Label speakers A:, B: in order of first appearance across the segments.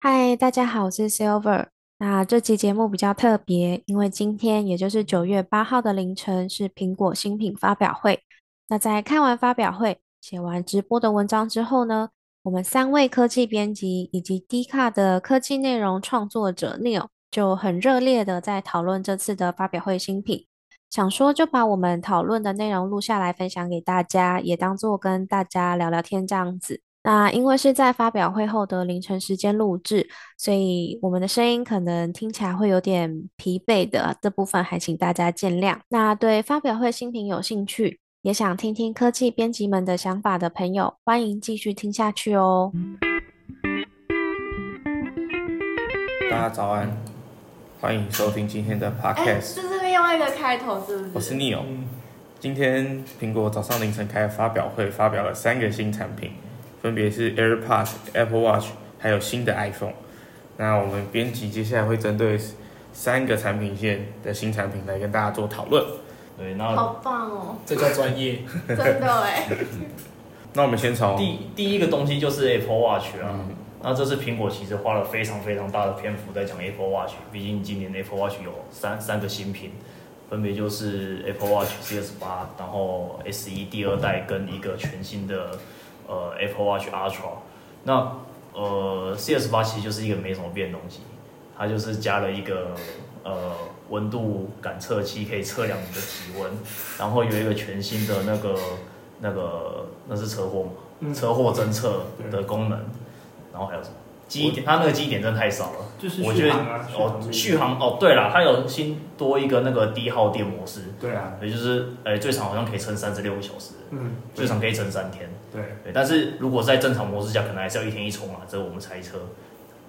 A: 嗨，大家好，我是 Silver。那这期节目比较特别，因为今天也就是九月八号的凌晨是苹果新品发表会。那在看完发表会、写完直播的文章之后呢，我们三位科技编辑以及 D 卡的科技内容创作者 Neil 就很热烈的在讨论这次的发表会新品，想说就把我们讨论的内容录下来分享给大家，也当做跟大家聊聊天这样子。那因为是在发表会后的凌晨时间录制，所以我们的声音可能听起来会有点疲惫的，这部分还请大家见谅。那对发表会新品有兴趣，也想听听科技编辑们的想法的朋友，欢迎继续听下去哦。
B: 大家早安，欢迎收听今天的
C: 哎，
B: podcast，、
C: 就是另外一个开头，是不
B: 我
C: 是？
B: 是 Neil。今天苹果早上凌晨开发表会，发表了三个新产品，分别是 AirPods、Apple Watch，还有新的 iPhone。那我们编辑接下来会针对三个产品线的新产品来跟大家做讨论。
D: 对，然后
C: 好棒哦，
E: 这叫专业。
C: 真的哎，
B: 那我们先从
D: 第第一个东西就是 Apple Watch 啊，
B: 嗯
D: 那这次苹果其实花了非常非常大的篇幅在讲 Apple Watch，毕竟今年 Apple Watch 有三三个新品，分别就是 Apple Watch CS 八，然后 S 一第二代跟一个全新的呃 Apple Watch Ultra。那呃 CS 八其实就是一个没什么变的东西，它就是加了一个呃温度感测器，可以测量你的体温，然后有一个全新的那个那个那是车祸嘛，
E: 嗯
D: 车祸侦测的功能，然后还有什么？基点，它那个基点真的太少了。
E: 就是
D: 我觉
E: 续
D: 得
E: 航啊
D: 哦，
E: 续
D: 续航哦，对了，它有新多一个那个低耗电模式，
E: 对啊，
D: 也就是呃最长好像可以撑三十六个小时，
E: 嗯，
D: 最长可以撑三天。
E: 对，
D: 对，但是如果在正常模式下，可能还是要一天一充啊，这我们猜测。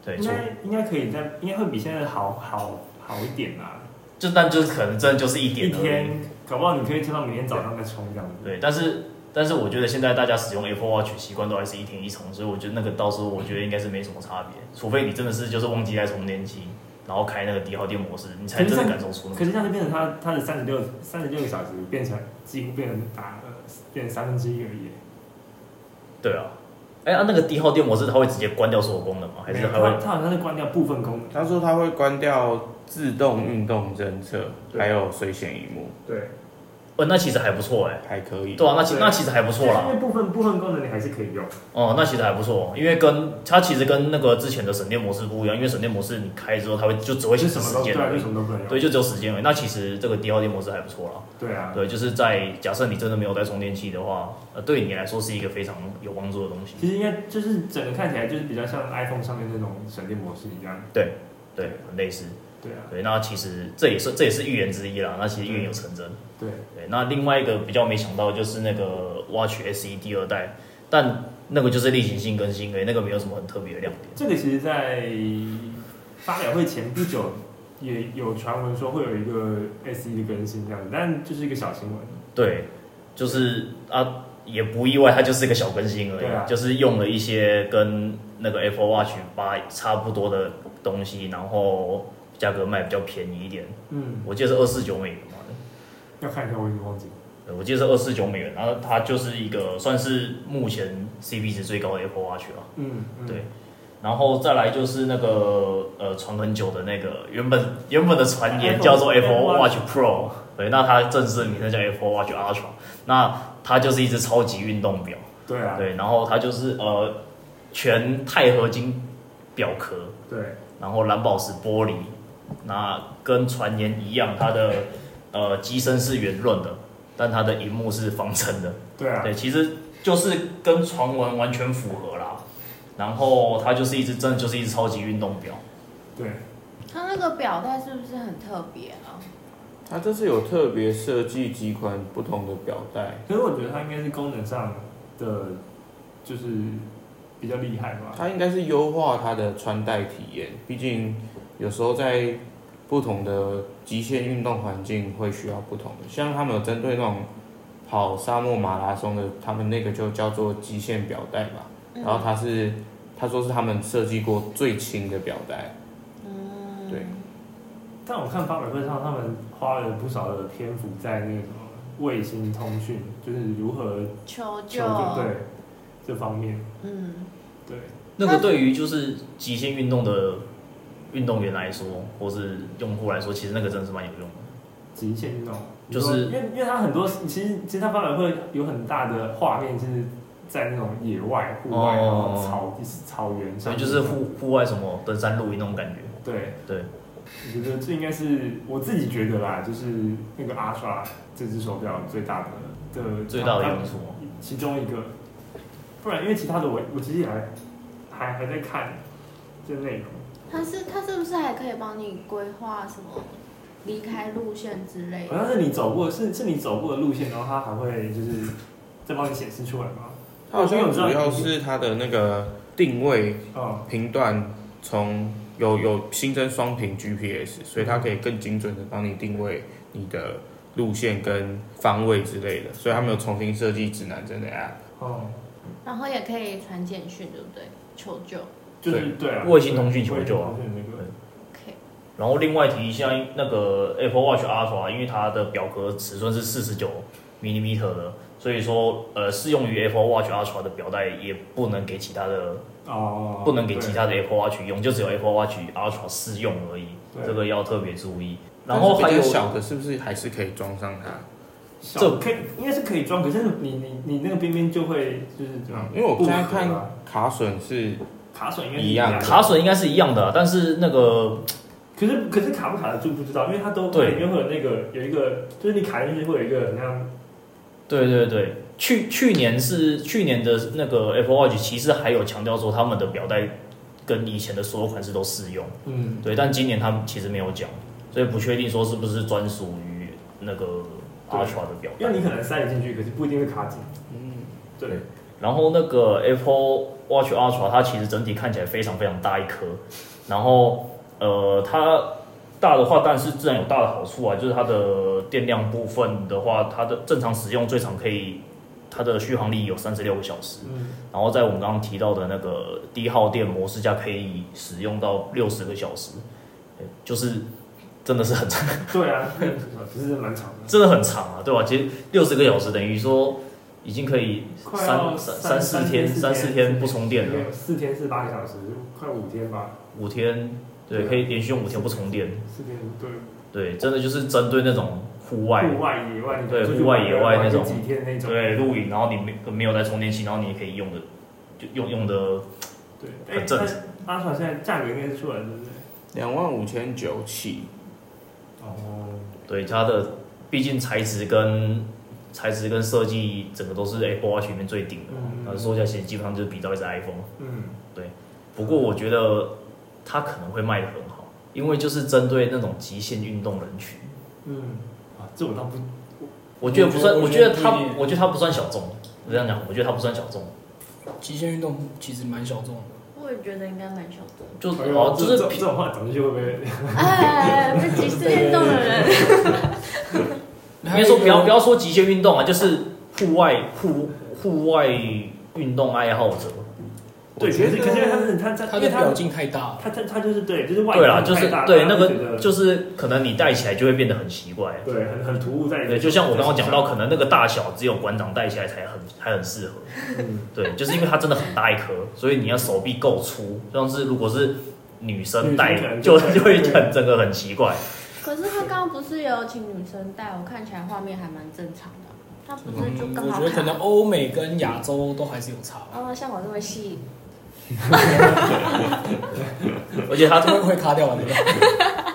D: 对，
E: 应
D: 除
E: 该应该可以在，应该会比现在好好好一点啦。
D: 就但就是可能真的就是一
E: 一
D: 点而已。
E: 天，搞不好你可以撑到明天早上再冲这样子。
D: 对，但是但是我觉得现在大家使用 Apple Watch 习惯都还是一天一充，所以我觉得那个到时候我觉得应该是没什么差别，除非你真的是就是忘记带充电器，然后开那个低耗电模式，你才真的感受出那
E: 可
D: 个。
E: 是这样就变成它它的三十六三十六个小时变成几乎变成打了变成三分之一而已。
D: 对啊，哎、啊那个低耗电模式它会直接关掉所有功能吗？还
E: 没
D: 是
E: 有，
D: 还会
E: 它？它好像是关掉部分功能。
B: 他说他会关掉自动运动侦测，
E: 对
B: 还有水显荧幕，
E: 对，
D: 哦，那其实还不错哎、
B: 还可以。
D: 对啊，那其
E: 对
D: 那其实还不错
E: 但是因
D: 啦。
E: 为部分部分功能你还是可以用。
D: 哦，那其实还不错，因为跟它其实跟那个之前的省电模式不一样，因为省电模式你开之后，它会就只会显
E: 就
D: 示
E: 什么
D: 时
E: 都
D: 间
E: 对啊，
D: 而
E: 就
D: 已
E: 什，么都不能用。
D: 对，就只有时间而已。那其实这个低耗电模式还不错啦。
E: 对啊，
D: 对，就是在假设你真的没有带充电器的话，呃，对你来说是一个非常有帮助的东西。
E: 其实应该就是整个看起来就是比较像 iPhone 上面那种省电模式一样。
D: 对，很类似。
E: 对啊，
D: 对，那其实这也是这也是预言之一啦。那其实预言有成真。
E: 对，
D: 对，那另外一个比较没想到就是那个 Watch SE 第二代，但那个就是例行性更新，诶，那个没有什么很特别的亮点。
E: 这个其实，在发表会前不久也有传闻说会有一个 S E 的更新这样子，但就是一个小新闻。
D: 对，就是啊，也不意外，它就是一个小更新而已，
E: 对啊
D: 就是用了一些跟那个 Apple Watch 八差不多的东西，然后价格卖比较便宜一点，
E: 嗯，
D: 我记得是二四九美元嘛。
E: 要看一下，我已经忘记了。
D: 对我记得是二四九美元，然后它就是一个算是目前 CP 值最高的 Apple Watch 了。
E: 嗯，嗯
D: 对然后再来就是那个呃传很久的那个原本原本的传言
E: Apple-
D: 叫做 Apple
E: Apple
D: Watch
E: Watch
D: Pro，对，那它正式的名称叫 Apple Watch Ultra，那它就是一只超级运动表，
E: 对啊，
D: 对，然后它就是呃全钛合金表壳，
E: 对，
D: 然后蓝宝石玻璃，那跟传言一样，它的呃机身是圆润的，但它的荧幕是方正的。
E: 对啊，
D: 对，其实就是跟传闻完全符合啦。然后它就是一只真的就是一只超级运动表，
E: 对，
C: 它那个表带是不是很特别啊？
B: 他这次有特别设计几款不同的表带，
E: 可是我觉得它应该是功能上的，就是比较厉害吧。
B: 它应该是优化它的穿戴体验，毕竟有时候在不同的极限运动环境会需要不同的，像他们有针对那种跑沙漠马拉松的，他们那个就叫做极限表带吧，然后它是他说是他们设计过最轻的表带，
C: 嗯，
B: 对
E: 但我看发表会上，他们花了不少的篇幅在那个什么卫星通讯，就是如何
C: 求
E: 求
C: 救，
E: 救对这方面。
C: 嗯，
E: 对，
D: 那个对于就是极限运动的运动员来说，或是用户来说，其实那个真的是蛮有用的。
E: 极限运动，
D: 就是
E: 因为因为它很多，其实其实它发表会有很大的画面，就是在那种野外、户外，然后
D: 哦
E: 草草原
D: 所
E: 上
D: 以
E: 面，
D: 就是户户外什么登山露营那种感觉。
E: 对
D: 对。
E: 我觉得这应该是我自己觉得啦，就是那个阿刷这只手表最大的的
D: 最大的
E: 它
D: 用处哦吗，
E: 其中一个，不然因为其他的我我其实也还还还在看这内容。
C: 他是他是不是还可以帮你规划什么离开路线之类
E: 好
C: 的？
E: 像是你走过，是是你走过的路线，然后它还会就是再帮你显示出来吗？
B: 它好像主要是它的那个定位
E: 哦，
B: 频段从有有新增双频 GPS，所以它可以更精准的帮你定位你的路线跟方位之类的，所以他们有重新设计指南针的 app。
E: 哦，
C: 然后也可以传简讯，对不对？求救。
E: 就是对啊，
D: 卫星通讯求救啊
E: 卫星通讯那个
C: OK，
D: 然后另外提一下，那个 Apple Watch Ultra，因为它的表壳尺寸是四十九 m m 的，所以说呃，适用于 Apple Watch Ultra 的表带也不能给其他的
E: 哦，
D: 不能给其
E: 对
D: 他的 Apple Watch 用，就只有 Apple Watch Ultra 适用而已
E: 对，
D: 这个要特别注意。然后还
B: 但是
D: 有
B: 比较小的是不是还是可以装上它？
E: 小
D: 这
E: 可以应该是可以装，可是你你你那个边边就会就是这样，
B: 因为我
D: 哦
E: 嗯不
B: 现在
E: 符合
B: 看
E: 啊
B: 卡榫是
E: 卡榫应该是
B: 一样
E: 的
D: 卡榫应该是一样的啊，但是那个
E: 可是可是卡不卡得住不知道，因为它都
D: 对
E: 里面会有那个有一个，就是你卡进去会有一个很像
D: 对对对，去去年是去年的那个 Apple Watch，其实还有强调说他们的表带跟以前的所有款式都适用。
E: 嗯
D: 对，但今年他们其实没有讲，所以不确定说是不是专属于那个
E: 对
D: Ultra 的表
E: 因
D: 带
E: 为。你可能塞得进去，可是不一定会卡紧。
B: 嗯，
E: 对，
D: 然后那个 Apple Watch Ultra 它其实整体看起来非常非常大一颗，然后呃它大的话，但是自然有大的好处啊，就是它的电量部分的话，它的正常使用最长可以它的续航力有三十六个小时，
E: 嗯，
D: 然后在我们刚刚提到的那个低耗电模式下可以使用到六十个小时，呃就是真的是很长。
E: 对啊， 其实蛮长的，
D: 真的很长啊，对吧？其实六十个小时等于说已经可以
E: 快要
D: 三三
E: 三
D: 四天三四天不充电
E: 应该
D: 了，
E: 有四天是八个小时，快五天吧，
D: 五天对，
E: 对啊
D: 可以连续用五天不充电，
E: 四天对。
D: 对，真的就是针对那种户外
E: 户外野外，你
D: 对
E: 出去
D: 户外野外
E: 玩
D: 那种
E: 几天那种，
D: 对露营，然后你没没有带充电器，然后你也可以用的就用用的
E: 对。
D: 很
E: 哎，
D: 正
E: 但
D: 常
E: 阿爽现在价格应该是出来了，对不对？
B: 两万五千九起，
E: 哦，
D: 对它的，毕竟材质跟材质跟设计整个都是 Apple Watch 里面最顶的嘛，
E: 嗯
D: 哦那售价其实基本上就是比照一只 iPhone。
E: 嗯，
D: 不过我觉得它可能会卖得很好，因为就是针对那种极限运动人群。
E: 嗯，啊，这我倒不，
D: 我觉得不算，我
F: 我
D: 觉
F: 觉
D: 得
F: 得
D: 他
F: 不一，定
D: 我觉得他不算小众。我这样讲，我觉得他不算小众，
F: 极限运动其实蛮小众的。
C: 我也觉得应该蛮小众。
D: 就
E: 哎
D: 哦
E: 呦，
D: 就
E: 这
D: 是
E: 这这种话讲出去会不会？
C: 哎，被歧视运动的人。
D: 应该说不要不要说极限运动啊，就是户外户户外运动爱好者。
E: 对，可是可是他是他他，
F: 它
E: 因为
F: 的
E: 他
F: 表径太大了，
E: 他他他就是对，就是外
D: 对啦，
E: 观
D: 就是
E: 太大
D: 对
E: 大
D: 那
E: 家会觉
D: 个
E: 得
D: 就是可能你戴起来就会变得很奇怪。
E: 对很很突兀在
D: 对，就像我刚刚讲到，，可能那个大小只有馆长戴起来才很才很适合。
E: 嗯
D: 对，就是因为它真的很大一颗，所以你要手臂够粗。像是如果是女生
E: 女生可
D: 戴，
E: 能
D: 就
E: 就
D: 就会很整个很奇怪。
C: 可是他刚刚不是也有请女生带，我看起来画面还蛮正常的。他不是就
F: 嗯，
C: 刚
F: 我
C: 好
F: 觉得可能
C: 看？
F: 欧美跟亚洲都还是有差，
C: 哦，像我这么细，
D: 而且它
F: 它会会卡掉的。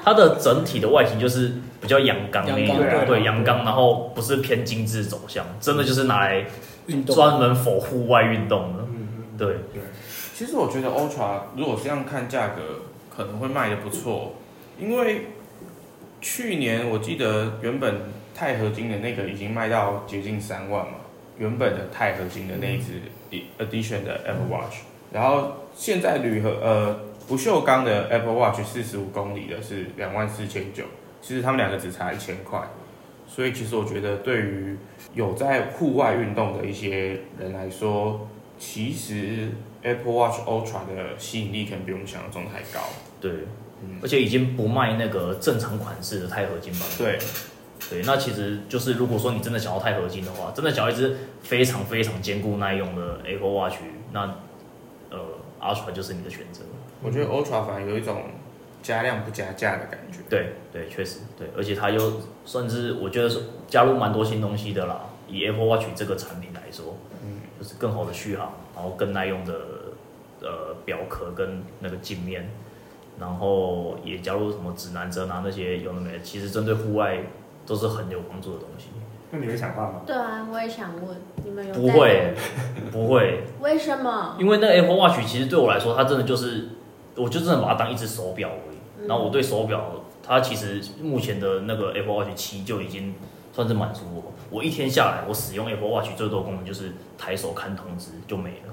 D: 它的整体的外形就是比较阳刚那一种
F: 阳刚，
D: 对
E: 对
D: 阳刚，然后不是偏精致走向，真的就是拿来
F: 运动
D: 专门否户外运动的。
E: 嗯嗯，
D: 对，
E: 对，
B: 其实我觉得 Ultra 如果这样看价格，可能会卖的不错，因为去年我记得原本钛合金的那个已经卖到接近三万嘛，原本的钛合金的那一只 E- Edition 的 Apple Watch，然后现在铝合呃不锈钢的 Apple Watch 四十五公里的是两万四千九，其实他们两个只差一千块，所以其实我觉得对于有在户外运动的一些人来说，其实 Apple Watch Ultra 的吸引力可能比我们想象中的还高。
D: 对，
B: 嗯，
D: 而且已经不卖那个正常款式的钛合金版本。
B: 对，
D: 对，那其实就是如果说你真的想要钛合金的话，真的想要一只非常非常坚固耐用的 Apple Watch，那呃 Ultra 就是你的选择。
B: 我觉得 Ultra 反而有一种加量不加价的感觉。
D: 对对，确实对，而且它又算是我觉得是加入蛮多新东西的啦。以 Apple Watch 这个产品来说，嗯，就是更好的续航，然后更耐用的呃表壳跟那个镜面，然后也加入什么指南针啊那些有的没的，其实针对户外都是很有帮助的东西。
E: 那你会想换吗？
C: 对啊，我也想问你们有
D: 不
C: 戴
D: 会，不会，
C: 为什么？
D: 因为那个 Apple Watch 其实对我来说，它真的就是，我就真的把它当一只手表而已。
C: 嗯
D: 然后我对手表，它其实目前的那个 Apple Watch 七就已经算是满足我。我一天下来，我使用 Apple Watch 最多功能就是抬手看通知就没了。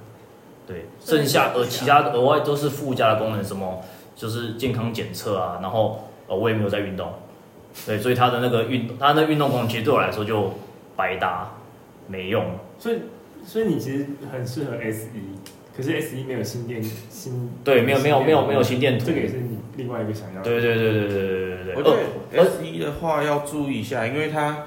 D: 对，
C: 所以
D: 剩下
C: 就
D: 呃
C: 是
D: 其他额外都是附加的功能，什么就是健康检测啊，然后呃我也没有在运动，对，所以它的那个运它的运动功能其实对我来说就白搭，没用。
E: 所以，所以你其实很适合 S 一，可是 S 一没有新店新
D: 对，没有没有没有没有
E: 新
D: 心电
E: 店
D: 图，
E: 这个也是你另外一个想要的。
D: 对对对对对对对
B: 我
D: 对
B: 觉。得 S 一的话要注意一下，因为它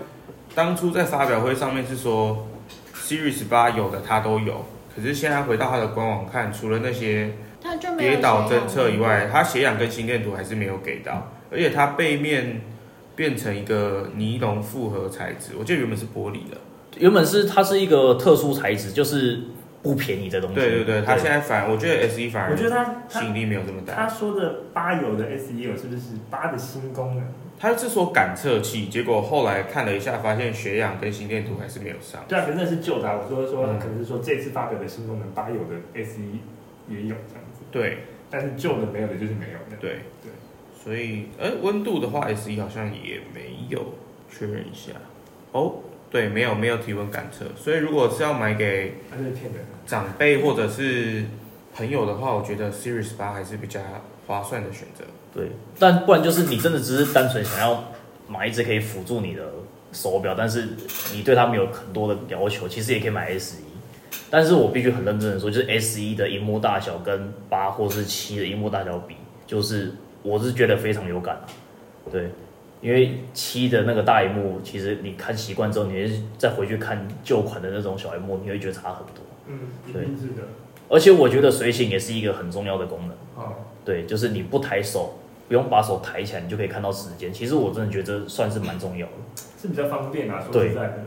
B: 当初在发表会上面是说 Series 八有的它都有，可是现在回到它的官网看，除了那些
C: 他就没有
B: 跌倒
C: 血
B: 侦
C: 氧
B: 测以外，它血氧跟心电图还是没有给到，
D: 嗯
B: 而且它背面变成一个尼龙复合材质，我记得原本是玻璃的，
D: 原本是它是一个特殊材质，就是不便宜的东西。
B: 对对对，它现在反我觉得 S 一反
E: 我
B: 而
E: 觉得他
B: 吸
E: 他
B: 引力没有这么大，
E: 他说的八有的 S 一有是不是八的新功能？
B: 它是说感测器，结果后来看了一下，发现血氧跟心电图还是没有上。
E: 对啊，可是那是旧的、啊，我说说
B: 嗯
E: 可能是说这次发表的新功能八有的 S 一也有这样子，
B: 对，
E: 但是旧的没有的就是没有的。
B: 对
E: 对，
B: 所以呃，温度的话，S E 一好像也没有确认一下哦。对，没有没有体温感测，所以如果是要买给
E: 他就是骗人的。
B: 长辈或者是朋友的话，我觉得 Series 八还是比较划算的选择。
D: 对，但不然就是你真的只是单纯想要买一只可以辅助你的手表，但是你对它没有很多的要求，其实也可以买 S 一。但是我必须很认真的说，就是 S 一的荧幕大小跟八或是七的荧幕大小比，就是我是觉得非常有感啊。对，因为七的那个大荧幕，其实你看习惯之后，你会再回去看旧款的那种小荧幕，你会觉得差很多。
E: 嗯，一
D: 对
E: 定是的。
D: 而且我觉得随行也是一个很重要的功能。
E: 哦，
D: 对，就是你不抬手，不用把手抬起来，你就可以看到时间。其实我真的觉得这算是蛮重要的，
E: 是比较方便啊，说
D: 对
E: 实在的。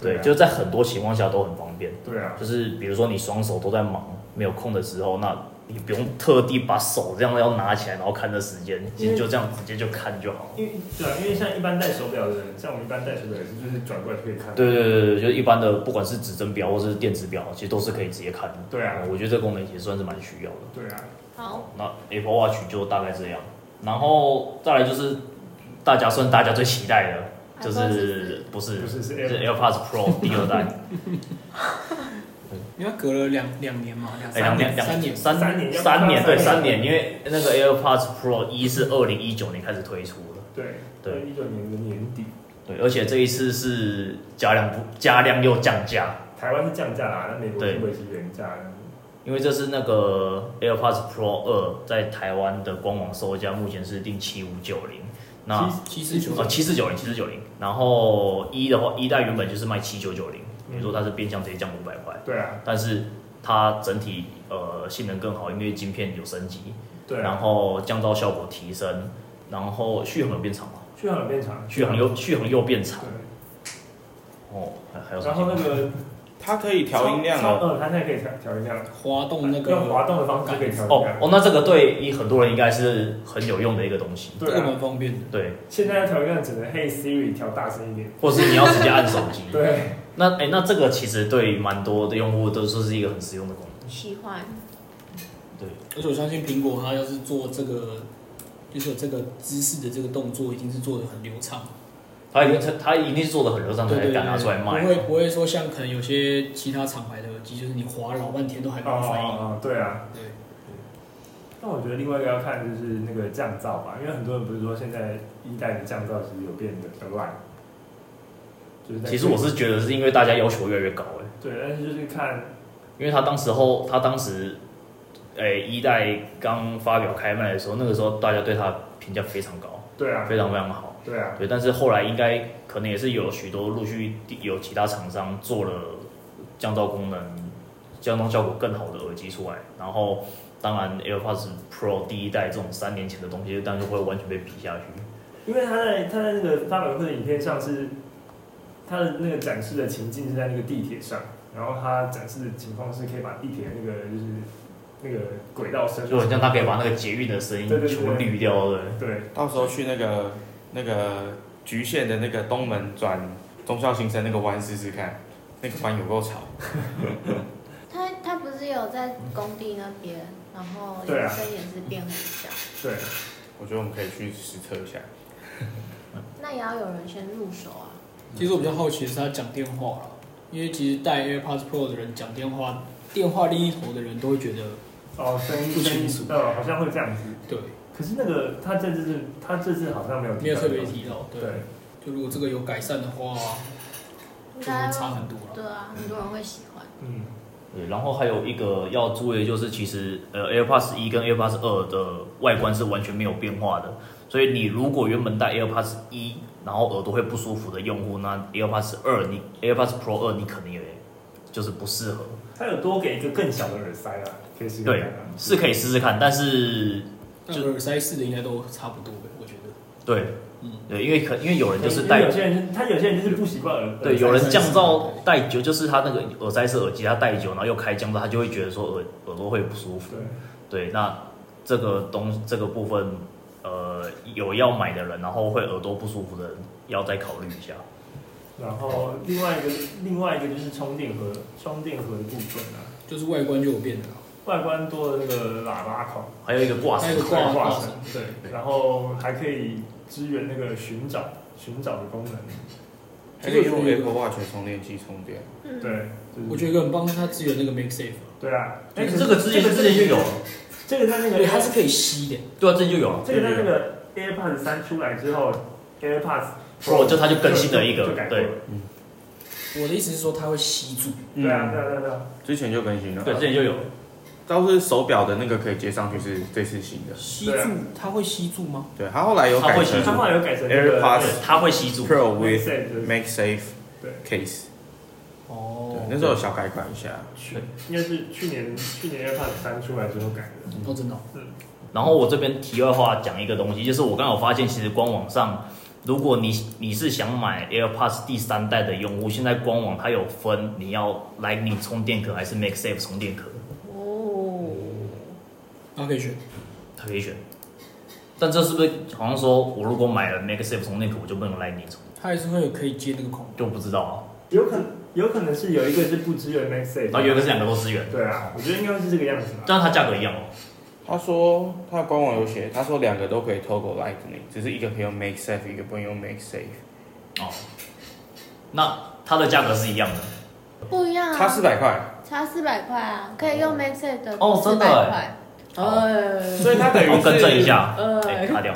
D: 对，
E: 啊
D: 就在很多情况下都很方便。
E: 对啊，
D: 就是比如说你双手都在忙，没有空的时候，那你不用特地把手这样要拿起来，然后看这时间，其实就这样直接就看就好了。
E: 因为对啊，因为像一般戴手表的人，像我们一般戴手表也是就是转过来就可以看。
D: 对对对对，就是一般的，不管是指针表或者是电子表，其实都是可以直接看的。
E: 对啊
D: 我觉得这功能其实算是蛮需要的。
E: 对啊，
C: 好，
D: 那 Apple Watch 就大概这样，然后再来就是大家算大家最期待的，就
C: iPhone
D: 是不是
E: 不是是
D: 是
E: Air
D: AirPods Pro 第二代，
F: 因为它隔了两两年嘛，两
D: 哎，两年
F: 三年，
D: 两
F: 三年，
D: 三
E: 三年
D: 三年对
E: 三
D: 三
E: 年
D: 年，因为那个 AirPods Pro 一是二零一九年开始推出的，
E: 对，
D: 对
E: 一九年的年底，
D: 对，而且这一次是加量不加量又降价，
E: 台湾是降价啦，那美国
D: 对
E: 是维持原价。
D: 因为这是那个 AirPods Pro 二在台湾的官网售价目前是定七五九零，那
F: 七四九
D: 哦，七四九零，七四九零。然后一的话，一代原本就是卖七九九零，比如说它是变相直接降五百块，
E: 对啊，
D: 但是它整体呃性能更好，因为晶片有升级，
E: 对啊，
D: 然后降噪效果提升，然后续航有变长嘛，
E: 续航有变长，
D: 续航又续航又变长
E: 对，
D: 哦，还还有什
E: 然后
D: 么
E: 那？个
B: 它可以调音量
E: 超
B: 哦，
E: 嗯，它现在可以调调音量，
F: 滑动那
E: 用
F: 个，
E: 滑动的方式就可以调音
D: 哦
E: 量。
D: 哦，那这个对于很多人应该是很有用的一个东西，
F: 这
E: 对
F: 个
E: 啊，
F: 蛮方便的。
D: 对，
E: 现在调音量只能 Hey Siri 调大声一点。，
D: 或是你要直接按手机
E: 对，
D: 那哎、那这个其实对蛮多的用户都说是一个很实用的功能，
C: 喜欢
D: 对。
F: 而且我相信苹果它要是做这个，就是有这个姿势的这个动作，已经是做的很流畅，
D: 他一定他他一定是做的很流畅
F: 对
D: 才
F: 对对
D: 敢拿出来卖
F: 不。会不会说像可能有些其他厂牌的耳机，就是你滑老半天都还没有反应。
E: 哦，对啊。
F: 对，
E: 但我觉得另外一个要看就是那个降噪吧，因为很多人不是说现在一代的降噪其实有变得比较烂，就是在
D: 其实我是觉得是因为大家要求越来越高哎、
E: 对，但是就是看
D: 因为他当时候他当时，哎、一代刚发表开卖的时候，那个时候大家对他评价非常高，
E: 对啊，
D: 非常非常好。
E: 对啊，
D: 对，但是后来应该可能也是有许多陆续有其他厂商做了降噪功能、降噪效果更好的耳机出来，然后当然 AirPods Pro 第一代这种三年前的东西，当然就会完全被比下去。
E: 因为他在他在那个发表会的影片上是，他的那个展示的情境是在那个地铁上，然后他展示的情况是可以把地铁那个就是那个轨道声，
D: 就很像他可以把那个捷运的声音
E: 对对对
D: 全部滤掉的。
E: 对
B: 到时候去那个那个局限的那个东门转中校新生那个弯试试看，那个弯有够吵。
C: 他他不是有在工地那边，然后
E: 对啊
C: 铃声也是变很小，
E: 对，
B: 我觉得我们可以去实测一下。
C: 那也要有人先入手啊。
F: 其实我比较好奇的是他讲电话啦，因为其实戴 AirPods Pro 的人讲电话，电话另一头的人都会觉得
E: 哦，声音
F: 不
E: 声
F: 清
E: 音
F: 楚
E: 呃好像会这样子，
F: 对，
E: 可是那个他这次他这次好像没有
F: 没有
E: 到
F: 特别提到。对，
E: 对，
F: 就如果这个有改善的话，
C: 应
F: 就会
C: 该
F: 差很多了。
C: 对啊，很多人会喜欢。
E: 嗯，
D: 对，然后还有一个要注意的就是，其实呃 AirPods 一跟 AirPods 二的外观是完全没有变化的，所以你如果原本戴 AirPods 一，然后耳朵会不舒服的用户，那 AirPods 二你 AirPods Pro 二你可能也就是不适合。
E: 他有多给一个更小的耳塞啊，可以试试看
D: 对
E: 啊，
D: 是可以试试看，但是
F: 但耳塞式的应该都差不多呗，我觉得。
D: 对
F: 嗯，
D: 对，因为可因为有人就是
E: 因为
D: 戴
E: 有些人他有些人就是不习惯耳，
D: 对，
E: 耳塞
D: 有人降噪
F: 对
D: 戴久，就是他那个耳塞式耳机，他戴久，然后又开降噪，他就会觉得说耳耳朵会不舒服。
E: 对，
D: 对，那这个东这个部分，呃，有要买的人，然后会耳朵不舒服的人，要再考虑一下。
E: 然后另外一个另外一个就是充电盒充电盒的部分啊，
F: 就是外观就有变的啦，
E: 外观多了那个喇叭孔，
D: 还有一个挂
F: 还
D: 绳
F: 有，个
E: 挂
F: 挂挂
E: 绳
F: 绳，对，
E: 然后还可以支援那个寻找寻找的功能，
B: 还可以用 Apple Watch 充电器充电，
C: 嗯，
E: 对，就是、
F: 我觉得一个很棒是它支援那个 MagSafe，啊
E: 对啊，
D: 哎，
E: 可是
D: 这个之前
E: 这个
D: 之前就有了，
E: 这个在那
F: 对，
E: 个
F: 它是可以吸的，
D: 对啊，之前就有了。
E: 这个在那个 AirPods 三出来之后，AirPods
D: Pro 哦就它就更新了一个
E: 就改过了，
F: 我的意思是说它会吸住，
D: 嗯
E: 对啊对啊对啊对啊，
B: 之前就更新了。
D: 对，之前就有了。
B: 倒是手表的那个可以接上去是这次新的，
F: 吸
E: 对啊
F: 住它会吸住吗？
B: 对，它后来有改
D: 它
E: 他
B: 成
E: 后来有改成那个
B: AirPods
D: 对，它会吸住。
B: Pro with
E: Headset 的
B: MagSafe
E: 对
B: case，对
F: 哦，，
B: 那时候有小改款一下。
E: 去应该是去年去年 AirPods 三出来之后改的，
F: 哦，真的哦，
D: 然后我这边题外话讲一个东西，就是我刚好发现，其实官网上，如果你你是想买 AirPods 第三代的用户，现在官网它有分你要 Lightning 充电壳还是 MagSafe 充电壳，
C: 哦，
F: 它可以选。
D: 它可以选。但这是不是好像说我如果买了 MagSafe 充电壳，我就不能 Lightning 充？
F: 它还是会有可以接那个孔，
D: 就不知道啊。
E: 有可能有可能是有一个是不支援 MagSafe，
D: 然哦后有一个是两个都支援，
E: 对啊，我觉得应该是这个样子吧。
D: 但是它价格一样哦。
B: 他说他的官网有写，他说两个都可以透过 Lightning，只是一个可以用 MagSafe，一个不能用 MagSafe。
D: 哦，那它的价格是一样的。
C: 不一样啊，
B: 差四百块，
C: 差四百块啊，可以用 Maxit 的
D: 哦
C: 四
D: 真的
C: 百
D: 欸
C: 块。呃，
B: 所以它等于是
D: 我哦更正一，下，
C: 呃
D: 哎、卡掉。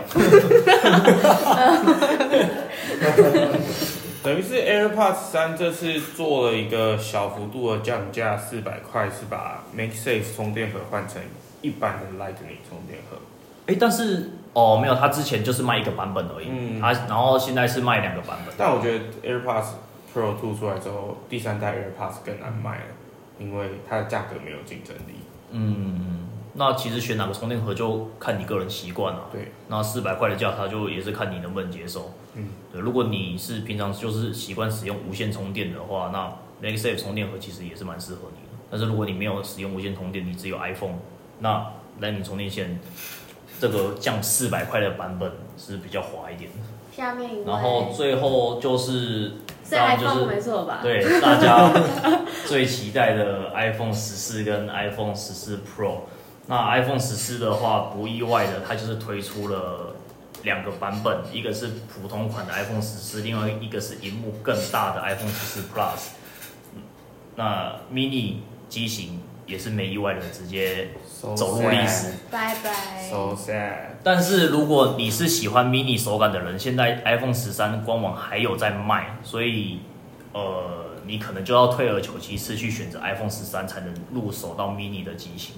B: 等于是 AirPods 三这次做了一个小幅度的降价，四百块是把 MagSafe 充电盒换成一般的 Lightning 充电盒。
D: 哎、但是哦，没有，它之前就是卖一个版本而已，
B: 嗯
D: 它然后现在是卖两个版本。
B: 但我觉得 AirPods Pro 2出来之后，第三代 AirPods 更难卖了，因为它的价格没有竞争力。
D: 嗯，那其实选哪个充电盒就看你个人习惯了。
B: 对，
D: 那四百块的价，它就也是看你能不能接受。
B: 嗯，
D: 对，如果你是平常就是习惯使用无线充电的话，那 MagSafe 充电盒其实也是蛮适合你的。但是如果你没有使用无线充电，你只有 iPhone，那 Lightning 充电线这个降四百块的版本是比较滑一点的。
C: 下面一位，
D: 然后最后就是
C: 是
D: 当然就
C: iPhone
D: 是
C: 没错吧？，
D: 对大家最期待的 iPhone 十四跟 iPhone 十四 Pro。那 iPhone 十四的话，不意外的，它就是推出了两个版本，一个是普通款的 iPhone 十四，另外一个是荧幕更大的 iPhone 十四 Plus。那嗯 mini 机型也是没意外的，直接
B: So
D: 走入历史。
C: 拜拜。
B: So sad。
D: 但是如果你是喜欢 mini 手感的人，现在 iPhone 十三官网还有在卖，所以呃，你可能就要退而求其次去选择 iPhone 十三才能入手到 mini 的机型。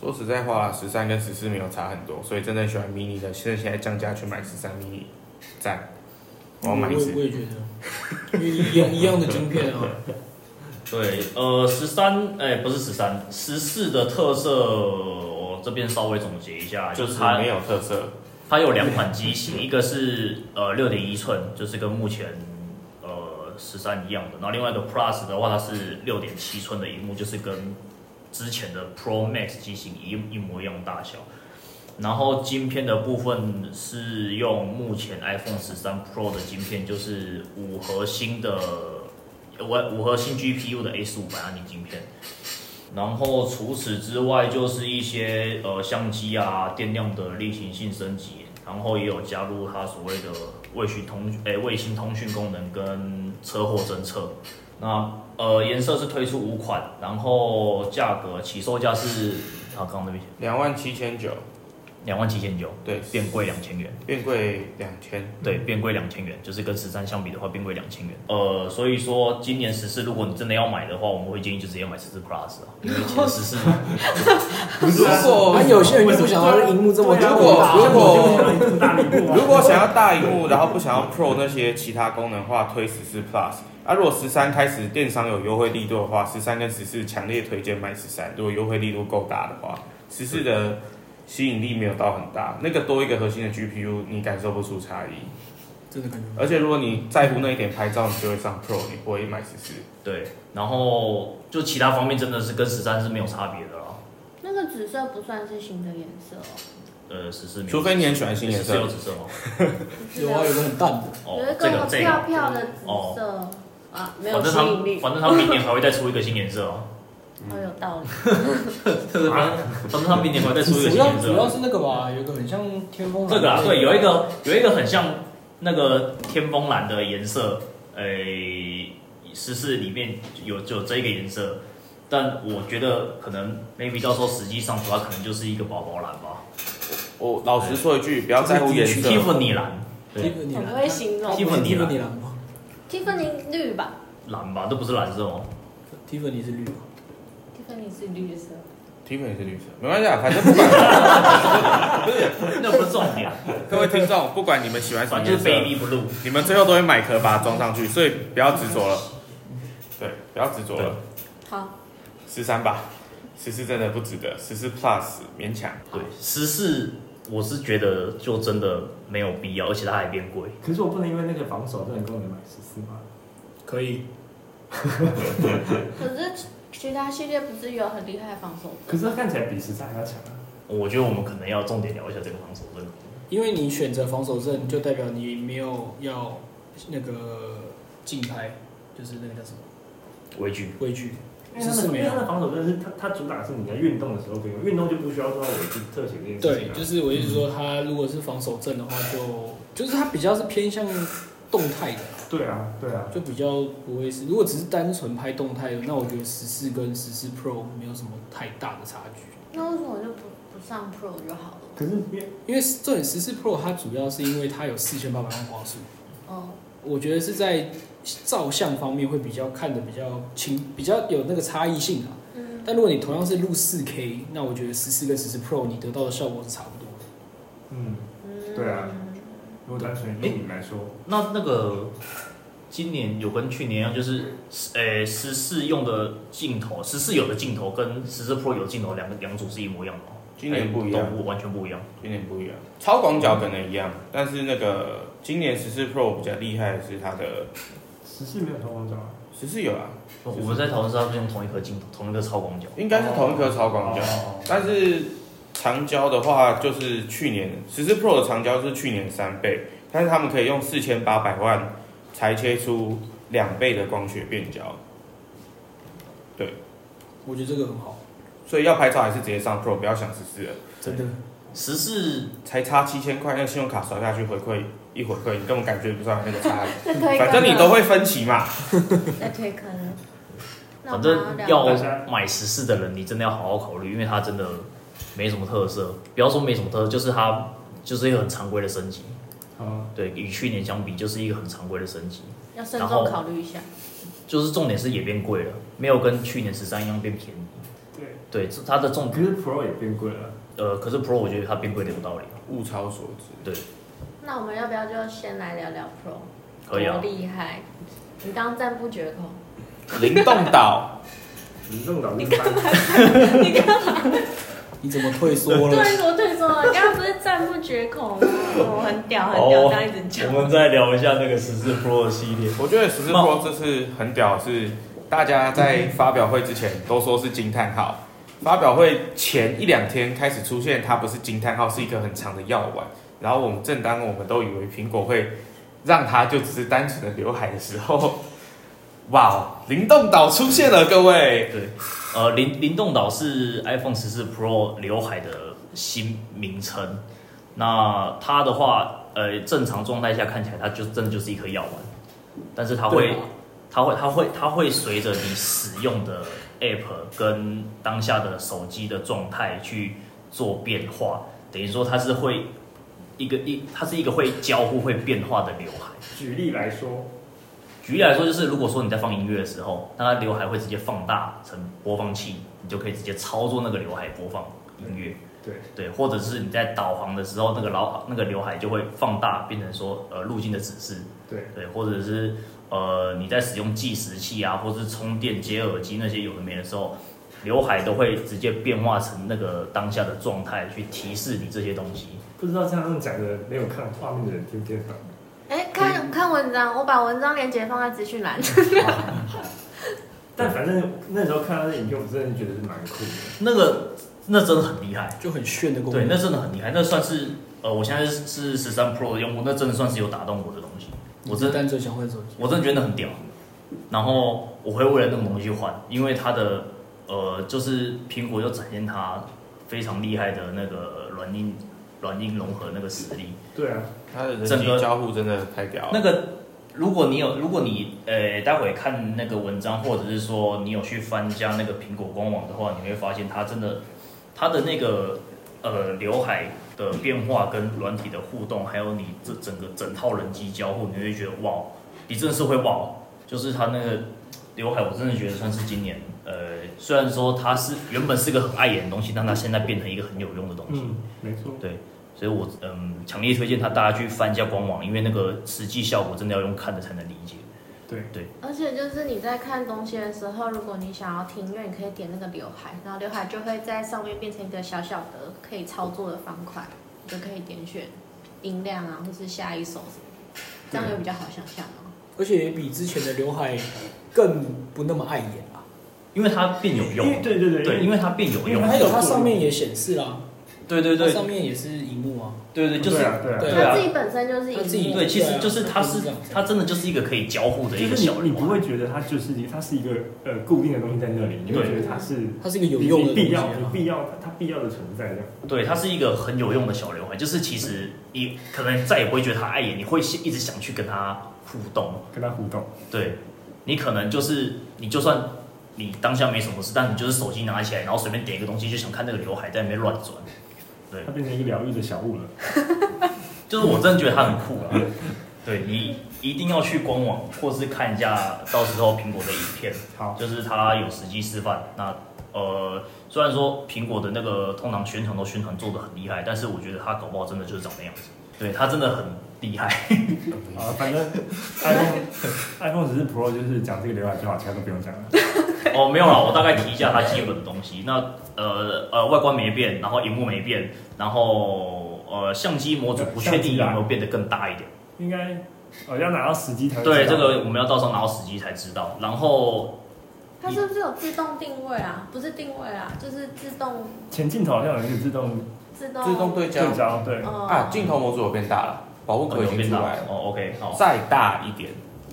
B: 说实在话，十三跟十四没有差很多，所以真正喜欢 mini 的，现在现在降价去买十三 mini，赞！我要买一
F: 也我
B: 只。
F: 也觉得，因为一样一样的晶片啊，
D: 对，呃，十三，哎，不是十三，十四的特色，我这边稍微总结一下，
B: 就
D: 就是是它
B: 没有特色，
D: 它有两款机型，一个是呃六点一寸，就是跟目前呃十三一样的，然后另外一个 Plus 的话，它是六点七寸的荧幕，就是跟之前的 Pro Max 机型一一模一样大小。然后晶片的部分是用目前 iPhone 十三 Pro 的晶片，就是五核心的五五核心 GPU 的 A 四五百纳米晶片。然后除此之外，就是一些呃相机啊、电量的例行性升级，然后也有加入它所谓的卫星通诶卫星通讯功能跟车祸侦测。那呃颜色是推出五款，然后价格起售价是啊刚刚那边写
B: 两万七千九，
D: 两万七千九，
B: 对，
D: 变贵两千元。
B: 变贵两千，
D: 对，变贵两千元，就是跟十三相比的话，变贵两千元。呃，所以说今年十四，如果你真的要买的话，我们会建议就直接买十四 Plus 啊，因为前十四
B: 不是啊
F: 果有些人就不想要荧幕这么
E: 对啊
B: 如果如果
F: 大
E: 像你这么大礼物啊
B: 如果想要大荧幕，然后不想要 Pro 那些其他功能的话，推十四 Plus。啊，如果十三开始电商有优惠力度的话，十三跟十四强烈推荐买十三。如果优惠力度够大的话，十四的吸引力没有到很大，那个多一个核心的 GPU，你感受不出差异。
F: 真的感觉
B: 而且如果你在乎那一点拍照，你就会上 Pro，你不会买十四。
D: 对，然后就其他方面真的是跟十三是没有差别的啦。
C: 那个紫色不算是新的颜色哦，
D: 呃，十四，
B: 除非你很喜欢新颜色
D: 有紫色吗？
F: 有啊，有个很淡的，
D: 哦
C: 有一，
D: 这
C: 个
D: 个
C: 很
D: 这
C: 漂
D: 个，
C: 漂的紫色啊，没
D: 反
C: 有
D: 正
C: 吸
D: 他
C: 引力，
D: 反正他明年还会再出一个新颜 色哦，啊
C: 哦，有道理。
D: 反正他明年还会再出一个
F: 主
D: 新
F: 要
D: 颜色
F: 主要
D: 哦。
F: 是那个吧，有一个很像天风蓝
D: 这个啊，
F: 的
D: 对，有一个有一个很像那个天风蓝的颜色，诶、十四里面有就有这一个颜色，但我觉得可能 maybe 到时候实际上它可能就是一个宝宝蓝吧
B: 我老实说一句，不要在乎颜色。
D: ，Tiffany 蓝，对
F: 基本你
C: 我不
F: 蓝，
C: 会形容
F: 基
D: 基
F: 本
D: 本
F: 你
D: 你蓝
F: 蓝吗？
C: 蒂芬尼绿吧，
D: 蓝吧，这不是蓝色哦。
F: 蒂芬尼是绿吗？
C: 蒂芬尼是绿色。
B: Tiffany 是绿色，没关系啊，反正不管
D: 那不是重点，啊
B: 各位听众，不管你们喜欢什么
D: 反正
B: 颜
D: 就是
B: 色，
D: baby blue。
B: 你们最后都会买壳把它装上去，所以不要执着了。对，不要执着了。
C: 好，
B: 十三吧，十四真的不值得，十四 Plus 勉强。
D: 对，十四我是觉得就真的没有必要，而且它还变贵。
E: 可是我不能因为那个防守这种功能买十四吗？
F: 可以，
C: 可是其他系列不是有很厉害的防守
E: 可是它看起来比十三还要强啊！
D: 我觉得我们可能要重点聊一下这个防守阵容。
F: 因为你选择防守阵，就代表你没有要那个竞拍，就是那个叫什么
D: 微距，
F: 规矩，
E: 因为
F: 十
E: 它的
F: 四
E: 因
F: 没
E: 为它的
F: 有。
E: 防守真的是它它主打是你在运动的时候可以用，运动就不需要做到我去特写这件事情、啊。
F: 对，就是我一直说，他如果是防守阵的话就就是他比较是偏向动态的。
E: 对啊，对啊，
F: 就比较不会是，如果只是单纯拍动态的，那我觉得十四跟十四 Pro 没有什么太大的差距。
C: 那为什么就不不上 Pro 就好了？
E: 可是因为
F: 因为重点十四 Pro 它主要是因为它有四千八百万画素，
C: 哦，
F: 我觉得是在照相方面会比较看的比较清，比较有那个差异性啊。
C: 嗯，
F: 但如果你同样是录四 K，那我觉得十四跟十四 Pro 你得到的效果是差不多的。
E: 嗯，
C: 嗯
E: 对啊如果单纯以你来说，
D: 那那个今年有跟去年一样，就是呃十四用的镜头，十四有的镜头跟十四 Pro 有的镜头两个两组是一模一样的吗？
B: 今年不一样
D: 还是都完全不一样。
B: 有点不一样。超广角可能一样，但是那个今年十四 Pro 比较厉害的是它的
E: 十四没有超广角啊，
B: 十四有啊，
D: 我们在讨论是它是用同一颗镜头，同一个超广角。
B: 应该是同一颗超广角，
D: 哦
B: 但是长焦的话就是去年十四 Pro 的长焦是去年三倍，但是他们可以用四千八百万裁切出两倍的光学变焦，
F: 我觉得这个很好，
B: 所以要拍照还是直接上 Pro，不要想十四了。
F: 真的。
D: 十四
B: 才差七千块，那信用卡刷下去回馈一回馈，你根本感觉不出来那个差异。
C: 在推坑了
B: 反正你都会分歧嘛。
C: 在推坑了。那我
D: 反
C: 们
D: 正
C: 聊
D: 要
E: 大家
D: 买十四的人，你真的要好好考虑，因为它真的没什么特色。不要说没什么特色，就是它就是一个很常规的升级。
E: 啊，
D: 对，与去年相比，就是一个很常规的升级。
C: 要慎
D: 然后
C: 重考虑一下。
D: 就是重点是也变贵了，没有跟去年十三一样变便宜。
E: 对，
D: 对，它的重
E: 可是 Pro 也变贵了，
D: 呃，可是 Pro 我觉得它变贵的有道理啊。
B: 物超所值，
C: 那我们要不要就先来聊聊 Pro？
D: 可以啊
C: 多厉害！你当赞不绝口。
B: 灵动岛，
E: 你弄到
C: 你
E: 一
C: 干
E: 半
C: 嘛？你干嘛？
F: 你怎么退缩了？
C: 对，我对说，你刚刚不是赞不绝口吗？ 我很屌，很
D: 哦
C: 屌，这样一直讲
D: 我。们再聊一下那个十四 Pro 的系列。
B: 我觉得十四
D: 冒
B: Pro 这次很屌，是大家在发表会之前都说是惊叹号，发表会前一两天开始出现它不是惊叹号，是一个很长的药丸。然后我们正当我们都以为苹果会让它就只是单纯的刘海的时候，哇，哦灵动岛出现了，各位，
D: 对，呃，灵灵动岛是 iPhone 十四 Pro 刘海的新名称。那它的话，呃，正常状态下看起来它就真的就是一颗药丸，但是它
E: 对
D: 会
E: 啊，
D: 它会，它会，它会随着你使用的 App 跟当下的手机的状态去做变化，等于说它是会一个一，它是一个会交互会变化的刘海。
E: 举例来说，
D: 举例来说，就是如果说你在放音乐的时候，那它刘海会直接放大成播放器，你就可以直接操作那个刘海播放音乐。
E: 对
D: 对，或者是你在导航的时候，那个老那个刘海就会放大，变成说呃路径的指示。
E: 对
D: 对，或者是呃你在使用计时器啊，或者是充电接耳机那些有的没的时候，刘海都会直接变化成那个当下的状态，去提示你这些东西。
E: 不知道这样讲的没有看画面的人听不听得懂？
C: 哎，看看文章，我把文章链接放在资讯栏。
E: 但反正那时候看到那影片，我真的觉得是蛮酷的。
D: 那个那真的很厉害。
F: 就很炫的功
D: 对，
F: 能。
D: 那真的很厉害，那算是呃，我现在是十三 Pro 的用户，那真的算是有打动我的东西。我真
F: 是单纯想换手机。
D: 我真的觉得那很屌。然后我会为了那种东西去换，因为它的呃，就是苹果又展现它非常厉害的那个软硬软硬融合那个实力。
E: 对啊，
B: 它的人
D: 整个
B: 机交互真的太屌了。
D: 那个，如果你有，如果你呃，待会看那个文章，或者是说你有去翻一下那个苹果官网的话，你会发现它真的，它的那个呃刘海的变化跟软体的互动，还有你这整个整套人机交互，你会觉得哇，你真的是会哇哦，就是它那个刘海，我真的觉得算是今年呃，虽然说它是原本是个很碍眼的东西，但它现在变成一个很有用的东西。
E: 嗯，没错。
D: 所以我嗯强烈推荐他大家去翻一下官网，因为那个实际效果真的要用看的才能理解。
C: 而且就是你在看东西的时候，如果你想要听音乐，你可以点那个刘海，然后刘海就会在上面变成一个小小的可以操作的方块，你就可以点选音量啊，或是下一首什么的，这样就比较好想象哦。
F: 而且也比之前的刘海更不那么碍眼啊。
D: 因为它变有
E: 因为
D: 用，
E: 对对对，
D: 对，因
E: 为
D: 为它变有
E: 因
D: 用
E: 为，
F: 还有它上面也显示啦，
D: 对对
F: 它
D: 对
F: 上面也是荧幕啊。
D: 对对，就是
E: 对啊对啊，
F: 对
C: 它
D: 啊
C: 自，己本身就是
F: 它自己
C: 荧幕
D: 对，其
F: 对
D: 实
F: 啊
D: 就是它
F: 就是这
D: 是
F: 样子
D: 它真的就是一个可以交互的一
E: 就
D: 个
E: 是
D: 小
E: 你你
D: 流
E: 不
D: 氓
E: 会觉得它就是一它是一个呃固定的东西在那里，你会觉得它是
F: 它是一个有用的东
E: 必
F: 西
E: 要你
F: 啊。
E: 必要它必要的存在这样。
D: 对，它是一个很有用的小刘海，就是其实你可能再也不会觉得它碍眼，你会一直想去跟它互动。
E: 跟他互动。
D: 对，你可能就是你就算你当下没什么事，但你就是手机拿起来，然后随便点一个东西就想看那个刘海在那边乱转。
E: 它变成一个疗愈的小物了。
D: 就是我真的觉得它很酷啊。对你一定要去官网，或是看一下到时候苹果的影片，
E: 好，
D: 就是它有实际示范。那呃，虽然说苹果的那个通常宣传都宣传做的很厉害，但是我觉得它搞不好真的就是长那样子。对，它真的很厉害。
E: 啊，反正 iPhone iPhone 十四 Pro 就是讲这个刘海就好，其他都不用讲了。
D: 哦，没有啦，我大概提一下它基本的东西。那呃呃，外观没变，然后荧幕没变，然后呃，相机模组不确定有没有变得更大一点。
E: 应该哦，要拿到时机才会
D: 对，
E: 知
D: 这
E: 道
D: 个我们要到时候拿到实际才知道。然后
C: 它是不是有自动定位啊？不是定位啊，就是自动
E: 前镜头好像有一个自动
C: 自动
B: 自动对焦
E: 对焦，对，
C: 哦
B: 啊，镜头模组有变大了，保护壳
D: 有
B: 已经
D: 变
B: 出
D: 大
B: 来了，
D: 哦，OK，好。
B: 再大一点。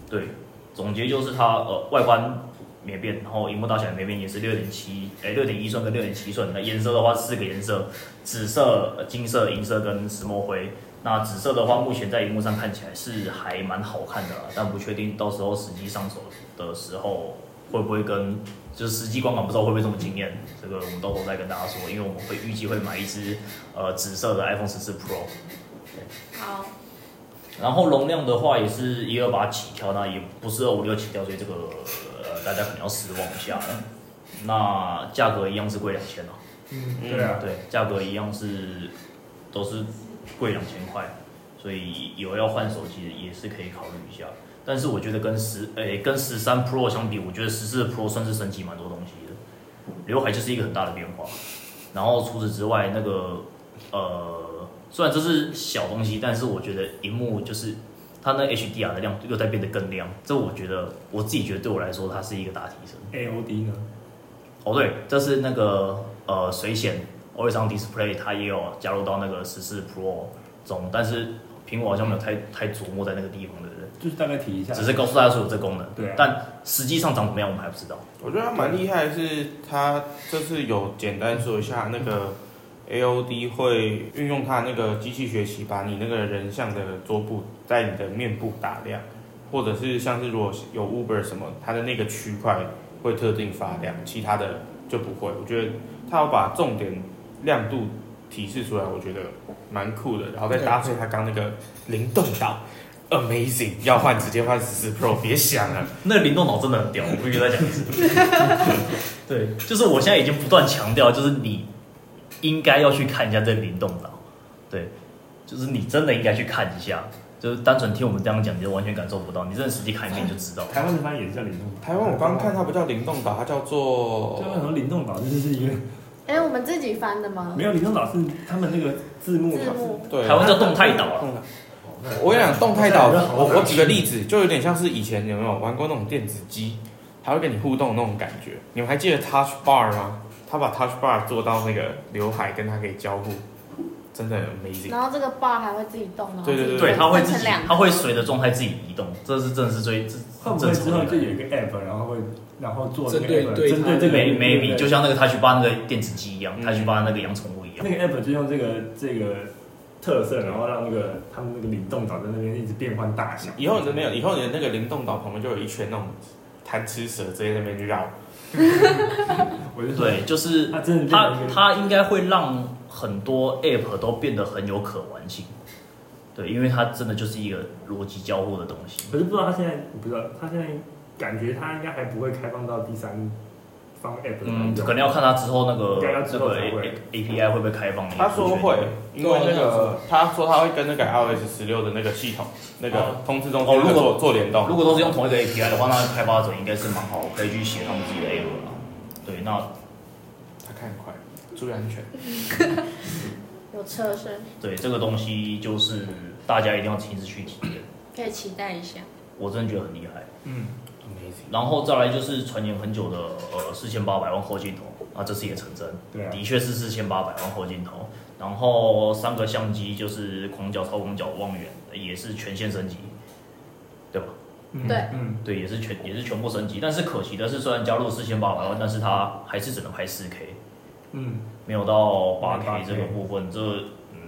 D: 对，总结就是它呃外观没变，然后荧幕大小也没变，也是六点七，哎，六点一寸跟六点七寸。那颜色的话是四个颜色，紫色、呃金色、银色跟石墨灰。那紫色的话，目前在荧幕上看起来是还蛮好看的啦，但不确定到时候实际上手的时候会不会跟就是实际观感不知道会不会这么惊艳。这个我们到时候再跟大家说，因为我们会预计会买一只呃紫色的 iPhone 十四 Pro。
C: 好，
D: 然后容量的话也是一二八起跳，那也不是二五六起跳，所以这个呃大家可能要失望一下了。那价格一样是贵两千哦，
E: 嗯，对啊，
D: 对，价格一样是都是贵两千块，所以有要换手机的也是可以考虑一下。但是我觉得跟十诶、跟十三 Pro 相比，我觉得十四 Pro 算是升级蛮多东西的。刘海就是一个很大的变化，然后除此之外，那个呃，虽然这是小东西，但是我觉得荧幕就是它那 HDR 的亮又在变得更亮，这我觉得我自己觉得对我来说它是一个大提升。
E: AOD 呢？
D: 哦，对，这是那个呃水显 Origin Display 它也有加入到那个十四 Pro 中，但是苹果好像没有太太琢磨在那个地方，对不对？
E: 就是大概提一下，
D: 只是告诉大家说有这功能，
E: 啊对啊
D: 但实际上长怎么样我们还不知道。
B: 我觉得他蛮厉害的是，他这次有简单说一下那个 AOD 会运用它那个机器学习，把你那个人像的桌布在你的面部打亮，或者是像是如果有 Uber 什么，它的那个区块会特定发亮，其他的就不会。我觉得他要把重点亮度提示出来，我觉得蛮酷的。然后再搭配他刚那个灵动岛，amazing，要换直接换十四 Pro，别想了。
D: 那个灵动脑真的很屌，我必须再讲一次。对，就是我现在已经不断强调，就是你应该要去看一下这个灵动脑，对，就是你真的应该去看一下，就是单纯听我们这样讲，你就完全感受不到，你真的实际看一遍就知道。
E: 台湾的翻译也是叫灵动岛。
B: 台湾我刚刚看它不叫灵动岛，它叫做
E: 台湾很多灵动岛就是一个
C: 哎、我们自己翻的吗？
E: 没有灵动岛是他们那个字幕
C: 字幕
B: 对
D: 台湾叫动态岛啊，
B: 动岛。我跟你讲，动态岛，
E: 那好
B: 我我举个例子，就有点像是以前有没有玩过那种电子机，它会跟你互动那种感觉。你们还记得 Touch Bar 吗？它把 Touch Bar 做到那个刘海跟它可以交互，真的很 amazing。
C: 然后这个 bar 还会自己动，然后
B: 对对
D: 对，它会
C: 分
D: 自
C: 成
D: 己
C: 两，个
D: 它会随着状态自己移动，这是真的是最这
E: 会不
D: 正
E: 会之后
D: 常的。
E: 就有一个 app，然后会然后做那个
F: 针对
E: app，
F: 对
E: 针对这个
D: maybe
E: 对
D: maybe 就像那个 Touch Bar 那个电子机一样
B: 嗯
D: ，Touch Bar 那个养宠物一样
E: 那。个 app 就用这个这个特色，然后让那个他们那个灵动岛在那边一直变换大小。
B: 以后你的没有，以后你的那个灵动岛旁边就有一圈那种贪吃蛇直接在那边绕。
E: 我就说
D: 对，就是
E: 它真的变
D: 它
E: 成一个
D: 它应该会让很多 app 都变得很有可玩性，对，因为它真的就是一个逻辑交互的东西。
E: 可是不知道他现在，我不知道他现在感觉他应该还不会开放到第三方 app 的那
D: 嗯，
E: 种
D: 可能要看它之后那个
E: 对它之
D: 这
E: 后
D: 个
E: 才
D: A
E: 会
D: A P I 会不会开放。
B: 他说会，因为那
F: 对啊
B: 个他说他会跟那个 iOS 十六的那个系统那个
F: 哦
B: 通知中
D: 哦
B: 心
D: 如果
B: 做做联动
D: 如。果都是用同一个 A P I 的话，那开发者应该是蛮好，可以去写他们自己的 app 啦。对，那
B: 他看很快，注意安全。
C: 有车声，
D: 对这个东西就是大家一定要亲自去体验，
C: 可以期待一下。
D: 我真的觉得很厉害。
B: Amazing。
D: 然后再来就是传言很久的呃四千八百万后镜头，那这次也成真，
E: 对啊
D: 的确是四千八百万后镜头。然后三个相机就是广角、超广角、望远，也是全线升级，对吧？
E: 嗯
C: 对
E: 嗯，
D: 对，也是全也是全部升级。但是可惜的是，虽然加入四千八百万，但是它还是只能拍四 K，
E: 嗯，
D: 没有到八
E: 没有 8K
D: K 这个部分，这嗯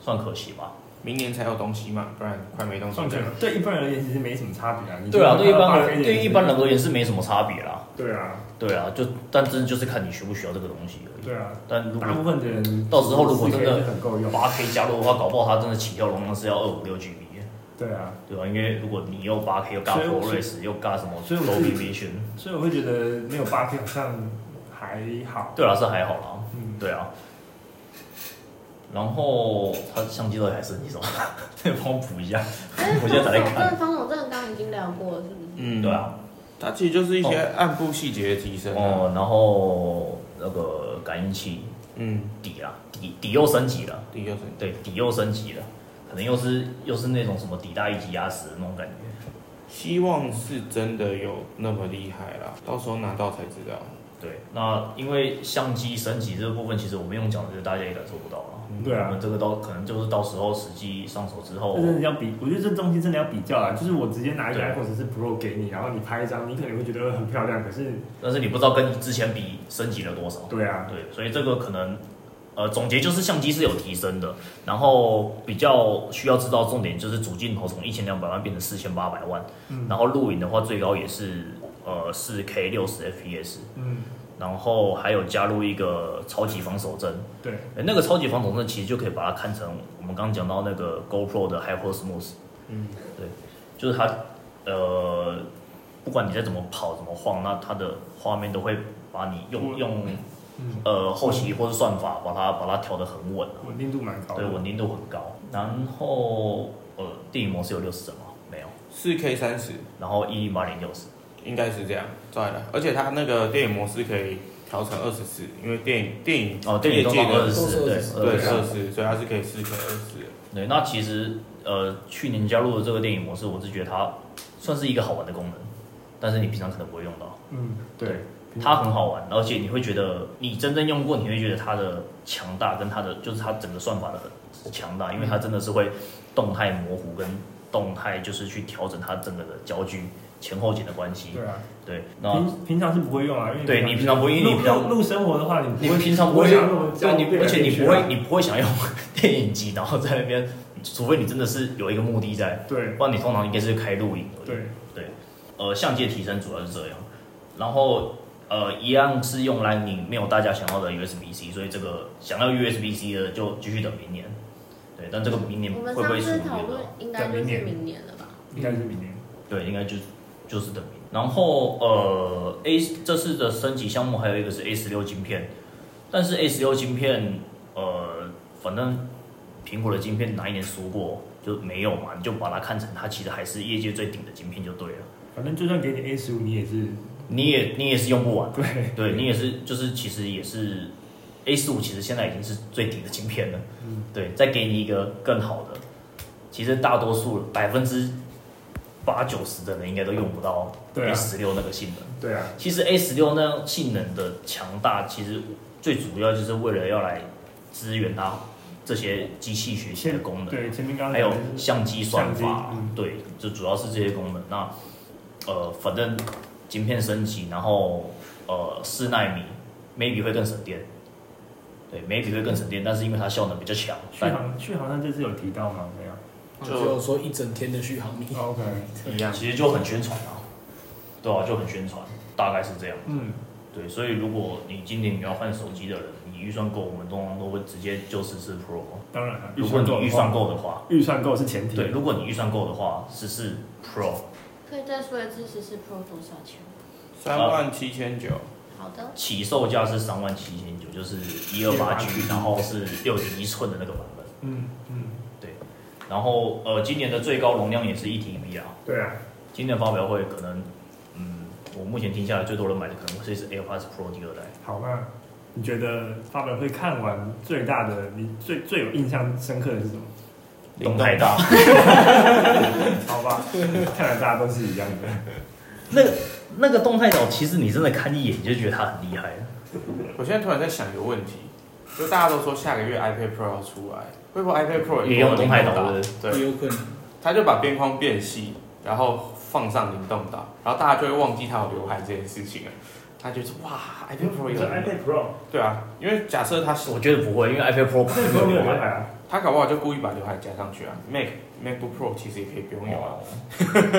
D: 算可惜吧。
B: 明年才有东西嘛，不然快没东西
E: 上去
B: 了。
E: 了。对一般人而言其实没什么差别啊。你
D: 对啊，对一般
E: 就
D: 人
E: 是
D: 对一般人而言是没什么差别啦。
E: 对啊
D: 对啊，就但真的就是看你需不需要这个东西而已。
E: 对啊，
D: 但如果
E: 大部分的人
D: 到时候如果真的
E: 4K 是很够用，
D: 八 K 加入的话，搞不好它真的起跳容量是要二五六 GB，
E: 对啊，
D: 对吧？因为如果你又八 K 又尬
E: 所以
D: p
E: 我
D: r o r e s 又尬什么
E: 所以我自己
D: Dolby Vision，
E: 所以我会觉得没有八 K 好像还好。
D: 对啦啊是还好啦，
E: 嗯，
D: 对啊。然后它相机到底还剩几种？ 再帮我补一下。
C: 但是 方
D: 我现在
C: 总
D: 才来看
C: 正方总正刚刚已经聊过了，是不是？
B: 嗯
D: 对，啊，
B: 它其实就是一些暗部细节的提升、啊。
D: 哦，然后那个感应器
B: 嗯，
D: 底啊，底底又升级了，
B: 第一个是
D: 对，底又升级了，可能又是又是那种什么底大一级压死的那种感觉。
B: 希望是真的有那么厉害啦，到时候拿到才知道。
D: 对，那因为相机升级这个部分，其实我们用讲的，大家也感受不到了。
E: 对
D: 我
E: 啊
D: 们。这个到可能就是到时候实际上手之后
E: 这，真的要比，我觉得这东西真的要比较啊！就是我直接拿一个
D: 对
E: iPhone 十四 Pro 给你，然后你拍一张，你可能会觉得很漂亮，可是
D: 但是你不知道跟之前比升级了多少。
E: 对啊，
D: 对，所以这个可能，呃，总结就是相机是有提升的，然后比较需要知道重点就是主镜头从一千两百万变成四千八百万，
E: 嗯
D: 然后录影的话最高也是呃四 K 六十 FPS，
E: 嗯，
D: 然后还有加入一个超级防手震，
E: 对，
D: 诶那个超级防手震其实就可以把它看成我们刚刚讲到那个 GoPro 的 Hyper Smooth，
B: 嗯，
D: 对，就是它呃，不管你再怎么跑怎么晃，那它的画面都会把你用用
E: 嗯，
D: 呃后期或是算法把它把它调得很稳啊，
E: 稳定度蛮高的。
D: 对，稳定度很高。然后呃，电影模式有六十帧吗？没有，
B: 四 K 三十
D: 然后一零八零六十，
B: 应该是这样，照理来，而且它那个电影模式可以调成二十四，因为电影电影
D: 哦，电影
B: 业
D: 都
B: 界
D: 放二
B: 的
D: 十四，对，
B: 对
D: 24
B: 二十，所以它是可以四 K 二十。
D: 对，那其实呃，去年加入的这个电影模式，我是觉得它算是一个好玩的功能，但是你平常可能不会用到。
E: 嗯，对，
D: 它很好玩，而且你会觉得你真正用过，你会觉得它的强大跟它的就是它整个算法的很强大，因为它真的是会动态模糊跟动态就是去调整它整个的焦距前后景的关系。
E: 对啊，
D: 对，那
E: 平平常是不会用啊，因为
D: 对你平常不会，因为你
E: 录
D: 平常
E: 录录生活的话，你
D: 你
E: 不会
D: 平常不
E: 不
D: 会
E: 想那种
D: 对
E: 焦
D: 你，
E: 虑
D: 而且你
E: 感觉
D: 不
E: 啊
D: 会，你不会想用电影机，然后在那边，除非你真的是有一个目的在，
E: 对
D: 不然你通常应该是开录影。
E: 对，
D: 呃，相机的提升主要是这样，然后呃，一样是用 Lightning，没有大家想要的 USB-C，所以这个想要 USB-C 的就继续等明年。对，但这个呃明年
C: 我
D: 会
C: 们
D: 不
C: 上
D: 会出
C: 次
D: 年
C: 讨论
D: 了？
C: 应该就是明年了吧？
E: 应该是明年。
D: 对，应该就就是等明年。然后呃，A 这次的升级项目还有一个是 A 十六晶片，但是 A 十六晶片呃，反正苹果的晶片哪一年输过就没有嘛，你就把它看成它其实还是业界最顶的晶片就对了。
E: 反正就算给你 A 十五，你也是
D: 你也你也是用不完。
E: 对
D: 对你也是，就是其实也是 A 四五，其实现在已经是最顶的晶片了。
E: 嗯，
D: 对，再给你一个更好的，其实大多数百分之八九十的人应该都用不到
E: 对
D: A
E: 啊
D: 十六那个性能。
E: 对啊，
D: 其实 A 十六那性能的强大，其实最主要就是为了要来支援它这些机器学习的功能。
E: 对前面刚刚
D: 还有
E: 讲的是
D: 相机算法
E: 相机嗯，
D: 对，就主要是这些功能。那呃，反正晶片升级，然后呃，四纳米 maybe 会更省电，对，maybe 会更省电，但是因为它效能比较强，
E: 续
D: 但
E: 航续航上这次有提到吗？没有。
F: 啊
B: 就
F: 只有说一整天的续航力。
D: 哦
E: OK，
B: 一样，
D: 其实就很宣传啊，对啊，就很宣传，大概是这样。
E: 嗯，
D: 对，所以如果你今年你要换手机的人，你预算够，我们通常都会直接就十四 Pro。
E: 当然了，
D: 如果你预算
E: 够，
D: 够的话，
E: 预算够是前提。
D: 对，如果你预算够的话，十四 Pro
C: 可以再说一次十四 Pro 多少钱？
B: 三万七千九，
C: 好的，
D: 起售价是三万七千九，就是一二八 G，然后是六点一寸的那个版本。
E: 嗯嗯，
D: 然后呃，今年的最高容量也是一 TB 啊。
E: 对啊，
D: 今年发表会可能，嗯，我目前听下来最多人买的可能会是 AirPods Pro 第二代。
E: 好那你觉得发表会看完最大的，你最最有印象深刻的是什么？
D: 动太大，
E: 好吧，看来大家都是一样的。
D: 那个 那个动态岛，其实你真的看一眼你就觉得它很厉害了。
B: 我现在突然在想一个问题，就大家都说下个月 iPad Pro 要出来，会不会 iPad Pro
D: 也用动态岛
B: 打？
D: 的，
B: 对，
F: 有可能。
B: 他就把边框变细，然后放上灵动岛，然后大家就会忘记他有刘海这件事情了。他就说哇，iPad Pro 有
E: 你
B: 刘
E: 说
B: 海，
E: iPad Pro，
B: 对啊，因为假设他
D: 我觉得不会，因为 iPad Pro
E: 那时 候没有刘海啊，
B: 他搞不好就故意把刘海加上去啊。Mac MacBook Pro 其实也可以不用有啊，
D: 哦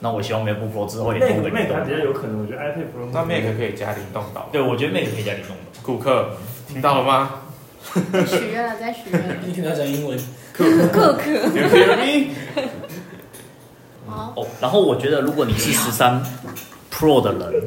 D: 那我希望 MacBook Pro 之后
E: 那
D: 也多
E: 个
D: 个
E: Mac
D: 灵
E: 它
D: 动
E: 比较有可能，我觉得 iPad Pro
B: 那 Mac 可以加灵动岛。
D: 对，我觉得 Mac 可以加灵动岛。
B: 库克，听到了吗
C: 许愿了，再许愿了。
F: 一听他讲英文，
B: ？You hear me？
C: 好，
D: 哦，然后我觉得如果你是十三 Pro 的人，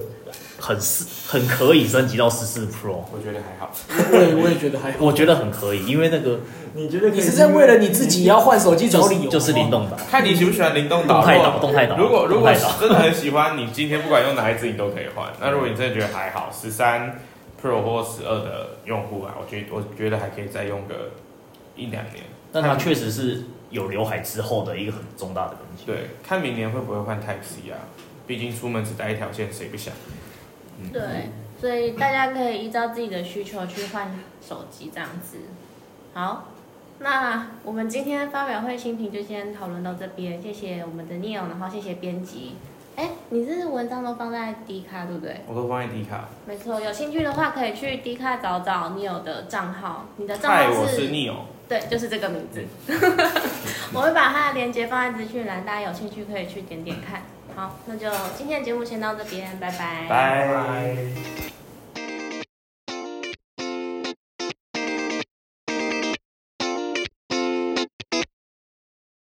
D: 很是很可以升级到十四 Pro，
B: 我觉得还好，
F: 我也我也觉得 还好。
D: 我觉得很可以，因为那个
E: 你觉得可以
F: 你是在为了你自己要换手机
D: 就
F: 找
D: 是
F: 理由吗？
D: 就是灵动岛、
B: 看你喜不喜欢灵动岛。
D: 动态岛、动态岛。
B: 如果如
D: 动
B: 果
D: 态
B: 如
D: 岛
B: 果真的很喜欢，你今天不管用哪一只，你都可以换。那如果你真的觉得还好，十三 Pro 或十二的用户啊，我觉得我觉得还可以再用个一两年。
D: 但它确实是有刘海之后的一个很重大的更新。
B: 对，看明年会不会换 Type C 啊？毕竟出门只带一条线，谁不想？
C: 对，所以大家可以依照自己的需求去换手机这样子。好，那我们今天发表会新品就先讨论到这边，谢谢我们的 Neil，然后谢谢编辑。哎，你是文章都放在 D 卡对不对？
B: 我都放在 D 卡。
C: 没错，有兴趣的话可以去 D 卡找找 Neil 的账号，你的账
B: 嗨，
C: 号
B: 我是嗯 Neo，
C: 对，就是这个名字。 我会把它的链接放在资讯栏，大家有兴趣可以去点点看。好，那就今天的节目先到这边，拜拜。
B: 拜。
E: 拜。